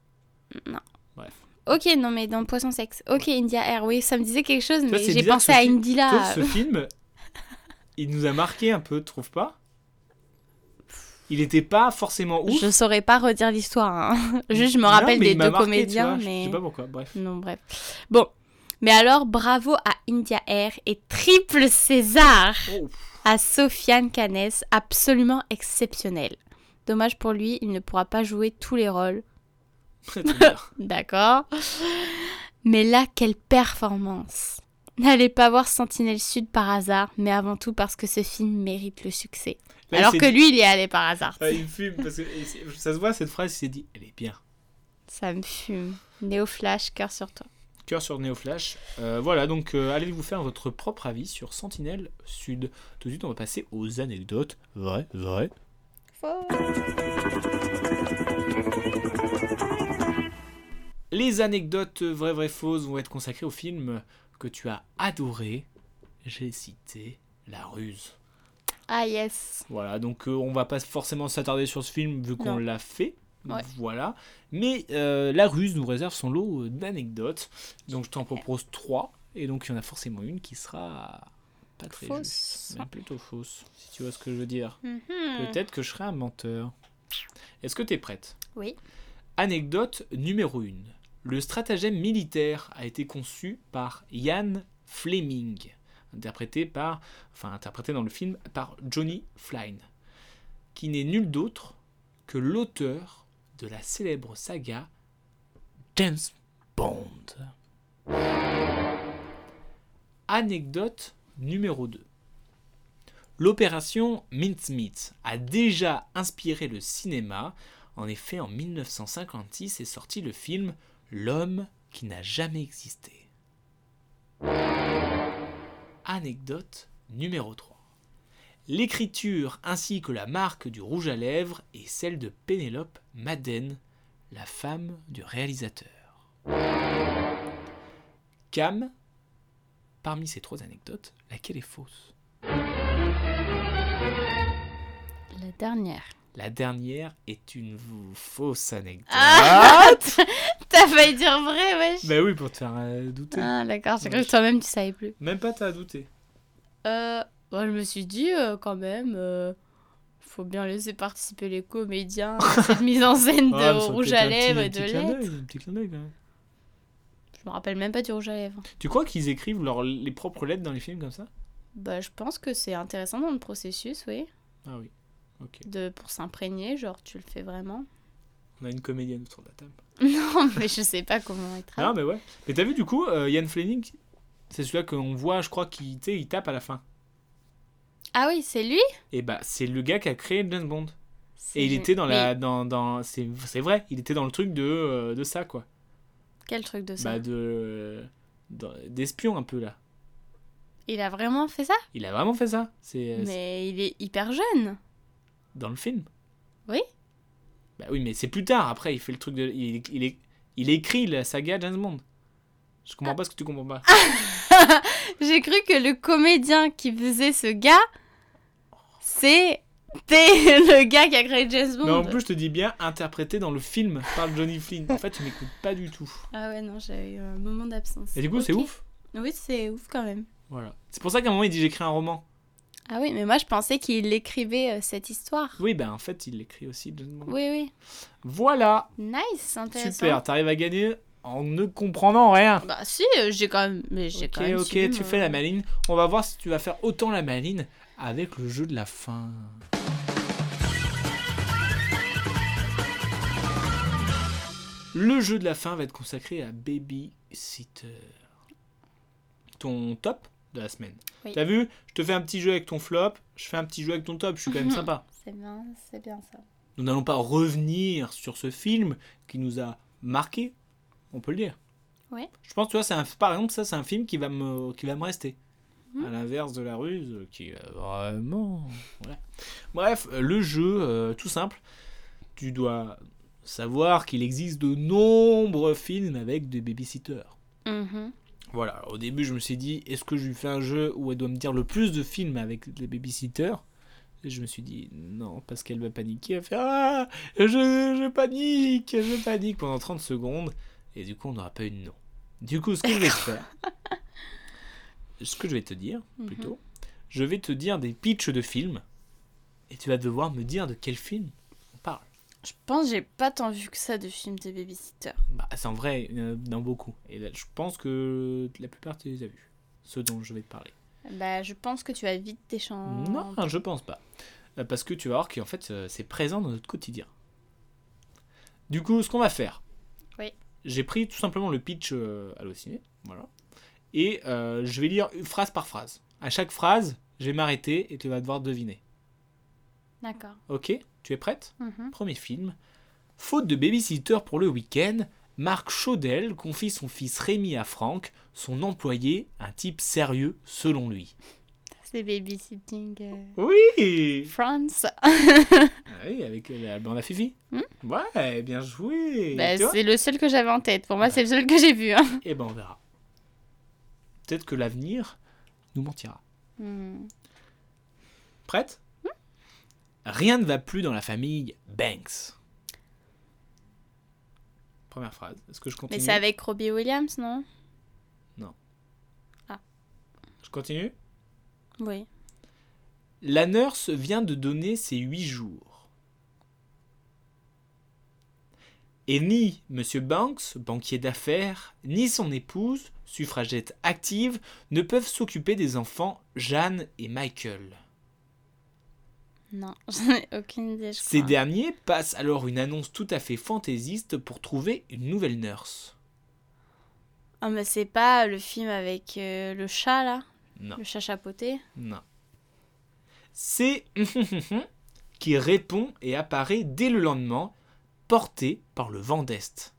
S11: Non.
S10: Bref.
S11: Ok, non, mais dans Poisson Sexe. Ok, India Air, oui, ça me disait quelque chose, mais
S10: c'est
S11: j'ai
S10: bizarre,
S11: pensé
S10: ce
S11: à
S10: film-
S11: Indila.
S10: Sauf ce film, il nous a marqué un peu, trouve pas Il était pas forcément ouf.
S11: Je saurais pas redire l'histoire. hein. [laughs] Juste, je me
S10: Non,
S11: rappelle
S10: mais
S11: des
S10: il m'a
S11: deux
S10: marqué, tu
S11: comédiens,
S10: vois, je-
S11: mais.
S10: Je sais pas pourquoi,
S11: [laughs]
S10: bref.
S11: Non, bref. Bon. Mais alors, bravo à India Air et triple César
S10: Oh.
S11: à Sofiane Canes, absolument exceptionnel. Dommage pour lui, il ne pourra pas jouer tous les rôles,
S10: Très, très bien.
S11: d'accord Mais là, quelle performance N'allez pas voir Sentinelle Sud par hasard, mais avant tout parce que ce film mérite le succès.
S10: Là,
S11: alors
S10: il
S11: que
S10: s'est dit-
S11: lui, il y est allé par hasard.
S10: Ouais, il fume parce que et c'est- ça se voit cette phrase, il s'est dit elle est bien.
S11: Ça me fume. Néo Flash, cœur sur toi.
S10: Cœur sur Neoflash. Euh, voilà, donc euh, allez vous faire votre propre avis sur Sentinelle Sud. Tout de suite, on va passer aux anecdotes. Vrai, vrai. Les anecdotes vraies, vraies, fausses vont être consacrées au film que tu as adoré. J'ai cité La Ruse.
S11: Ah yes.
S10: Voilà, donc euh, on va pas forcément s'attarder sur ce film vu qu'on
S11: Non.
S10: l'a fait.
S11: Ouais.
S10: Voilà. Mais euh, la ruse nous réserve son lot euh, d'anecdotes. Donc je t'en propose trois. Et donc il y en a forcément une qui sera pas très
S11: Fausse.
S10: juste, mais plutôt fausse, si tu vois ce que je veux dire.
S11: Mhm.
S10: Peut-être que je serai un menteur. Est-ce que t'es prête
S11: Oui.
S10: Anecdote numéro 1. Le stratagème militaire a été conçu par Ian Fleming, interprété, par, enfin, interprété dans le film par Johnny Flynn, qui n'est nul d'autre que l'auteur de la célèbre saga James Bond. Anecdote numéro 2. L'opération Mincemeat a déjà inspiré le cinéma. En effet, en 1956 est sorti le film L'homme qui n'a jamais existé. Anecdote numéro 3. L'écriture ainsi que la marque du rouge à lèvres est celle de Pénélope Madden, la femme du réalisateur. Cam, parmi ces trois anecdotes, laquelle est fausse
S11: La dernière.
S10: La dernière est une v- fausse anecdote.
S11: Ah [laughs] T'as failli dire vrai, wesh
S10: Bah oui, pour te faire euh, douter.
S11: Ah, d'accord, j'ai cru que toi-même tu savais plus.
S10: Même pas t'as douté.
S11: Euh, bah, je me suis dit, euh, quand même, euh, faut bien laisser participer les comédiens
S10: [laughs]
S11: à cette mise en
S10: Ah,
S11: scène de rouge à lèvres et de lettres. Je me rappelle même pas du rouge à lèvres.
S10: Tu crois qu'ils écrivent leurs- les propres lettres dans les films comme ça
S11: Bah, je pense que c'est intéressant dans le processus, oui.
S10: Ah oui. Ok.
S11: De, pour s'imprégner, genre, tu le fais vraiment. [laughs]
S10: On a une comédienne autour de la table.
S11: non, mais je sais pas comment il
S10: Ah
S11: travaille.
S10: mais ouais. Mais t'as vu du coup, euh, Ian Fleming, c'est celui-là qu'on voit, je crois, qui tu sais, il tape à la fin.
S11: Ah oui, c'est lui
S10: Et bah c'est le gars qui a créé James Bond.
S11: C'est
S10: Et il
S11: lui.
S10: était dans
S11: Mais
S10: la, dans, dans, c'est c'est vrai, il était dans le truc de, euh, de ça quoi.
S11: Quel truc de ça
S10: Bah de, dans- d'espion un peu là.
S11: Il a vraiment fait ça
S10: Il a vraiment fait ça. C'est euh, c'est
S11: Mais il est hyper jeune.
S10: dans le film.
S11: Oui.
S10: Bah oui, mais c'est plus tard. Après, il fait le truc de. Il, il, é- il écrit la saga James Bond. Je
S11: Ah.
S10: comprends pas ce que tu comprends pas.
S11: J'ai cru que le comédien qui faisait ce gars, c'était [laughs] le gars qui a créé James Bond.
S10: mais en plus, je te dis bien interprété dans le film par Johnny Flynn. En fait, tu m'écoutes pas du tout.
S11: Ah ouais, non, j'ai eu un moment d'absence.
S10: Et du coup, c'est
S11: Ok.
S10: ouf.
S11: Oui, c'est ouf quand même.
S10: Voilà. C'est pour ça qu'à un moment, il dit j'écris un roman.
S11: Ah oui, mais moi je pensais qu'il écrivait euh, cette histoire.
S10: Oui, ben en fait, il écrit aussi James Bond.
S11: Oui, oui.
S10: Voilà.
S11: Nice, intéressant.
S10: Super. T'arrives à gagner en ne comprenant rien.
S11: Bah si, euh, j'ai quand même. Mais j'ai
S10: Ok,
S11: quand même
S10: ok,
S11: suivi,
S10: tu
S11: moi.
S10: fais la maline. On va voir si tu vas faire autant la maline avec le jeu de la fin. Le jeu de la fin va être consacré à Baby Sitter. Ton top de la semaine.
S11: Oui.
S10: T'as vu Je te fais un petit jeu avec ton flop, je fais un petit jeu avec ton top, je suis quand même sympa.
S11: C'est bien, c'est bien ça.
S10: Nous n'allons pas revenir sur ce film qui nous a marqué, on peut le dire.
S11: Ouais.
S10: Je pense, tu vois, c'est un, par exemple, ça, c'est un film qui va me, qui va me rester. À l'inverse de La Ruse, euh, qui euh, vraiment. voilà. Bref, euh, le jeu, euh, tout simple. Tu dois savoir qu'il existe de nombreux films avec des babysitters.
S11: Mhm.
S10: Voilà, alors, au début je me suis dit, est-ce que je lui fais un jeu où elle doit me dire le plus de films avec les babysitters Et je me suis dit, non, parce qu'elle va paniquer, elle va faire, ah, je, je panique, je panique pendant 30 secondes, et du coup on n'aura pas eu de nom. Du coup, ce que je vais te faire, ce que je vais te dire,
S11: mhm.
S10: plutôt, je vais te dire des pitchs de films, et tu vas devoir me dire de quel film on parle.
S11: Je pense que j'ai pas tant vu que ça de films de babysitter.
S10: Bah, c'est en vrai, il y en a dans beaucoup, et là, je pense que la plupart tu les as vus, ceux dont je vais te parler.
S11: Bah, je pense que tu vas vite t'échanger.
S10: Non, je pense pas. Euh, Parce que tu vas voir qu'en fait, euh, c'est présent dans notre quotidien. Du coup, ce qu'on va faire.
S11: Oui.
S10: J'ai pris tout simplement le pitch euh, halluciné. Voilà. Et euh, je vais lire une phrase par phrase. À chaque phrase, je vais m'arrêter et tu vas devoir deviner.
S11: D'accord.
S10: Ok Tu es prête
S11: Mhm.
S10: Premier film. Faute de babysitter pour le week-end, Marc Chaudel confie son fils Rémi à Franck, son employé, un type sérieux selon lui.
S11: C'est babysitting euh,
S10: Oui
S11: France.
S10: Ah oui, avec la bande à Fifi.
S11: Hmm
S10: ouais, bien joué.
S11: Bah,
S10: tu vois
S11: c'est le seul que j'avais en tête. Pour moi, c'est le seul que j'ai vu. hein.
S10: Et ben on verra. Peut-être que l'avenir nous mentira.
S11: Mhm.
S10: Prête
S11: Hmm
S10: Rien ne va plus dans la famille Banks. Première phrase. Est-ce que je
S11: Mais
S10: continue
S11: c'est avec Robbie Williams, non
S10: Je continue
S11: Oui.
S10: La nurse vient de donner ses huit jours. Et ni M. Banks, banquier d'affaires, ni son épouse, suffragette active, ne peuvent s'occuper des enfants Jeanne et Michael.
S11: Non, [laughs] j'en ai aucune idée. Je
S10: Ces
S11: crois.
S10: derniers passent alors une annonce tout à fait fantaisiste pour trouver une nouvelle nurse.
S11: Ah, mais c'est pas le film avec euh, le chat, là
S10: Non.
S11: Le chat chapeauté
S10: Non. C'est [laughs] qui répond et apparaît dès le lendemain, porté par le vent d'Est.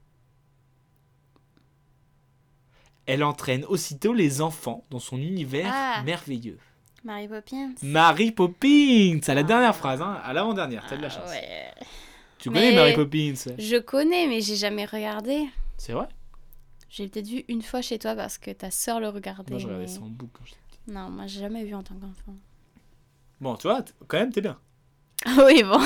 S10: Elle entraîne aussitôt les enfants dans son univers
S11: Ah.
S10: merveilleux.
S11: Mary Poppins
S10: Mary Poppins, à la dernière phrase, hein, à l'avant-dernière, t'as de la
S11: Ah
S10: chance.
S11: ouais.
S10: Tu
S11: Mais-
S10: connais Mary Poppins
S11: Je connais, mais j'ai jamais regardé.
S10: C'est vrai
S11: J'ai peut-être vu une fois chez toi parce que ta sœur le regardait.
S10: Moi je regardais
S11: mais-
S10: ça en boucle quand j'étais petit.
S11: Non, moi j'ai jamais vu en tant qu'enfant.
S10: Bon, tu vois, t- quand même, t'es bien.
S11: Ah oui, bon.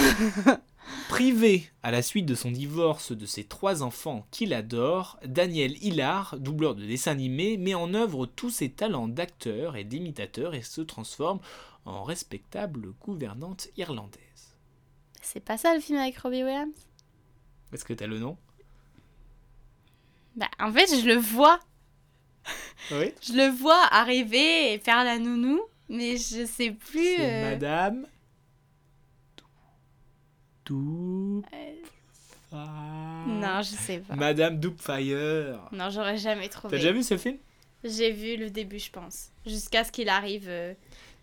S10: Privé à la suite de son divorce de ses trois enfants qu'il adore, Daniel Hillard, doubleur de dessin animé, met en œuvre tous ses talents d'acteur et d'imitateur et se transforme en respectable gouvernante irlandaise.
S11: [laughs] C'est pas ça le film avec Robbie Williams
S10: Est-ce que t'as le nom
S11: Bah, en fait, je le vois.
S10: Oui.
S11: Je le vois arriver et faire la nounou, mais je sais plus.
S10: C'est
S11: euh,
S10: Madame. Doop.
S11: euh,
S10: Non.
S11: Non, je sais pas.
S10: Madame Doopfire.
S11: Non, j'aurais jamais
S10: T'as
S11: trouvé.
S10: déjà vu ce film
S11: J'ai vu le début, je pense. Jusqu'à ce qu'il arrive, euh,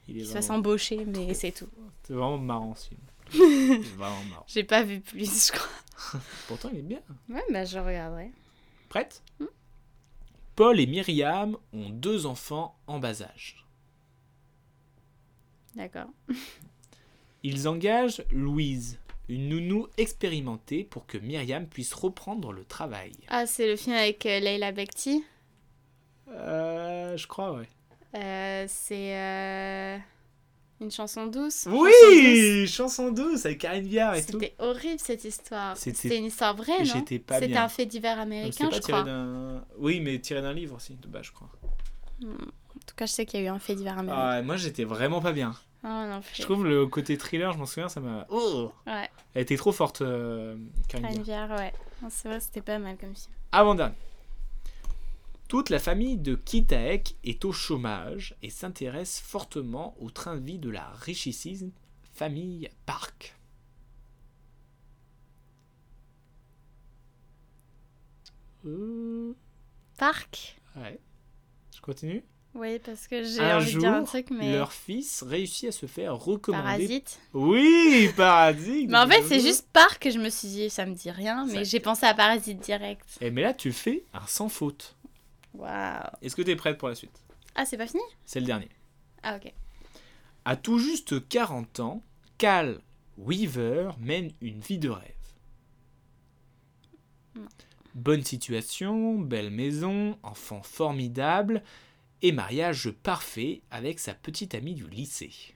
S10: Il
S11: qu'il
S10: est
S11: se fasse
S10: vraiment,
S11: embaucher, mais c'est tout.
S10: c'est vraiment marrant ce film.
S11: [laughs]
S10: Il est vraiment marrant.
S11: J'ai pas vu plus, je crois.
S10: Pourtant, il est bien.
S11: Ouais, bah je regarderai.
S10: Prête
S11: Hmm.
S10: Paul et Myriam ont deux enfants en bas âge.
S11: D'accord.
S10: Ils engagent Louise, une nounou expérimentée pour que Myriam puisse reprendre le travail.
S11: Ah, c'est le film avec euh, Leila Bekti.
S10: Euh, je crois, ouais.
S11: Euh, c'est euh, une chanson douce. Chanson douce.
S10: Oui Chanson douce avec Karine Viard et tout.
S11: C'était horrible cette histoire.
S10: C'était-
S11: C'était une histoire vraie, non
S10: J'étais pas
S11: C'était
S10: bien.
S11: un fait divers
S10: Donc,
S11: américain,
S10: c'est pas
S11: je
S10: tiré
S11: crois.
S10: d'un... Oui, mais tiré d'un livre aussi, de base, je crois.
S11: En tout cas, je sais qu'il y a eu un fait divers américain.
S10: Ah, moi, j'étais vraiment pas bien.
S11: Ah, non, plus.
S10: Je trouve le côté thriller, je m'en souviens, ça m'a... Oh
S11: Ouais,
S10: Elle était trop forte, euh, Karine Viard.
S11: Anne Viard, ouais. Non, C'est vrai, c'était pas mal comme film.
S10: Avant-dernier. Toute la famille de Kitaek est au chômage et s'intéresse fortement au train de vie de la richissime famille Park. Euh,
S11: Parc
S10: ouais. Euh, Je continue
S11: Oui, parce que j'ai
S10: Un
S11: envie de dire un
S10: jour,
S11: truc, mais.
S10: Leur fils réussit à se faire recommander.
S11: Parasite.
S10: Oui, parasite.
S11: Mais en fait, c'est juste par que je me suis dit, ça me dit rien, mais
S10: Ça-
S11: j'ai pensé à Parasite direct.
S10: Et Eh, mais là, tu fais un sans faute.
S11: Waouh.
S10: Est-ce que t'es prête pour la suite
S11: Ah, c'est pas fini
S10: C'est le dernier.
S11: Ah, ok.
S10: À tout juste 40 ans, Cal Weaver mène une vie de rêve.
S11: Non.
S10: Bonne situation, belle maison, enfant formidable et mariage parfait avec sa petite amie du lycée.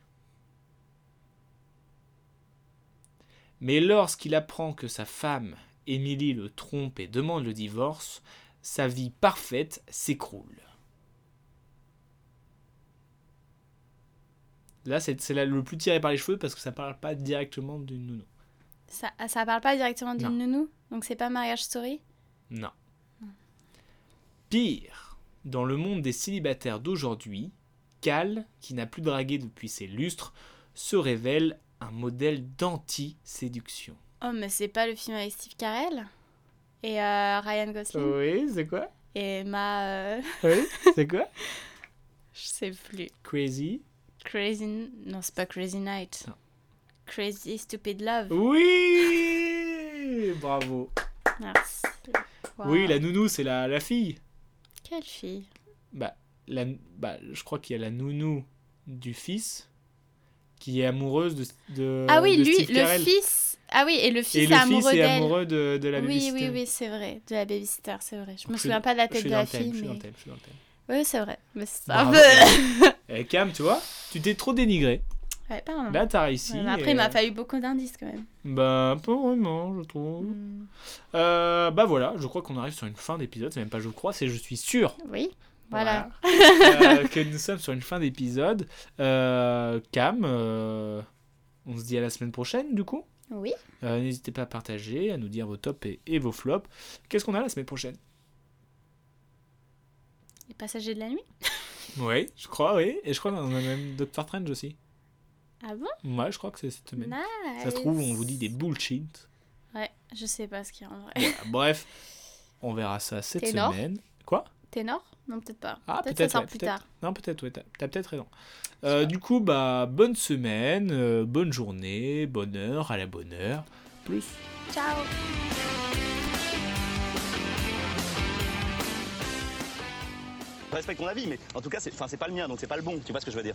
S10: Mais lorsqu'il apprend que sa femme, Émilie, le trompe et demande le divorce, sa vie parfaite s'écroule. Là, c'est c'est là le plus tiré par les cheveux parce que ça parle pas directement d'une nounou.
S11: Ça, ah, ça parle pas directement
S10: Non.
S11: d'une nounou Donc c'est pas Marriage Story
S10: Non. Pire, dans le monde des célibataires d'aujourd'hui, Cal, qui n'a plus dragué depuis ses lustres, se révèle un modèle d'anti-séduction.
S11: Oh, mais c'est pas le film avec Steve Carell Et euh, Ryan Gosling
S10: Oui, c'est quoi
S11: Et ma. euh, [laughs]
S10: Oui, c'est quoi
S11: je sais plus.
S10: Crazy.
S11: Crazy. Non, c'est pas Crazy Night.
S10: Non. Oh.
S11: Crazy Stupid Love.
S10: Oui Bravo.
S11: Merci. Waouh.
S10: Oui, la nounou, c'est la, la fille.
S11: Quelle fille
S10: Bah, la, bah, je crois qu'il y a la nounou du fils qui est amoureuse de, de
S11: Ah oui,
S10: Euh, de
S11: lui,
S10: Steve
S11: le
S10: Carell.
S11: fils. Ah oui, et le fils
S10: Et
S11: est
S10: le fils
S11: amoureux
S10: est
S11: d'elle.
S10: amoureux de, de la
S11: oui,
S10: babysitter.
S11: oui, oui, c'est vrai. De la babysitter, c'est vrai. Je me
S10: Je suis
S11: souviens
S10: dans-
S11: pas de la
S10: Je
S11: tête
S10: suis
S11: de
S10: dans
S11: la
S10: le thème,
S11: fille,
S10: je suis dans
S11: mais.
S10: le thème, je suis dans le thème.
S11: Oui, c'est vrai. Mais c'est un
S10: Bravo. [laughs]
S11: peu.
S10: Eh, Cam, tu vois, tu t'es trop dénigré.
S11: Ouais, pardon.
S10: Là, euh, t'as réussi.
S11: Ouais, mais après,
S10: et-
S11: il m'a fallu beaucoup d'indices quand même.
S10: Bah, pas vraiment, je trouve.
S11: Hmm.
S10: Euh, bah voilà, je crois qu'on arrive sur une fin d'épisode. C'est même pas je crois, c'est je suis sûr.
S11: Oui, voilà.
S10: [laughs] Voilà. Euh, que nous sommes sur une fin d'épisode. Euh, Cam, euh, on se dit à la semaine prochaine, du coup.
S11: Oui.
S10: Euh, N'hésitez pas à partager, à nous dire vos tops et, et vos flops. Qu'est-ce qu'on a la semaine prochaine
S11: Les passagers de la nuit
S10: Oui, je crois, oui. Et je crois qu'on a même Doctor Strange aussi.
S11: Ah bon
S10: Ouais, je crois que c'est cette semaine.
S11: Nice.
S10: Eh ben, Ça se trouve, on vous dit des bullshit.
S11: Ouais, je sais pas ce qu'il y a en vrai.
S10: Voilà, bref, on verra ça cette
S11: Ténor.
S10: semaine. Quoi
S11: Ténor Non, peut-être pas.
S10: Ah,
S11: peut-être ça
S10: peut-être,
S11: sort
S10: ouais,
S11: plus
S10: peut-être.
S11: tard.
S10: Non, peut-être, ouais, t'as t'as peut-être raison. Euh, du coup, bah, bonne semaine, euh, bonne journée, bonne heure, à la bonne heure. Plus.
S11: Ciao
S1: Je respecte ton avis, mais en tout cas, c'est enfin, c'est pas le mien, donc c'est pas le bon. Tu vois ce que je veux dire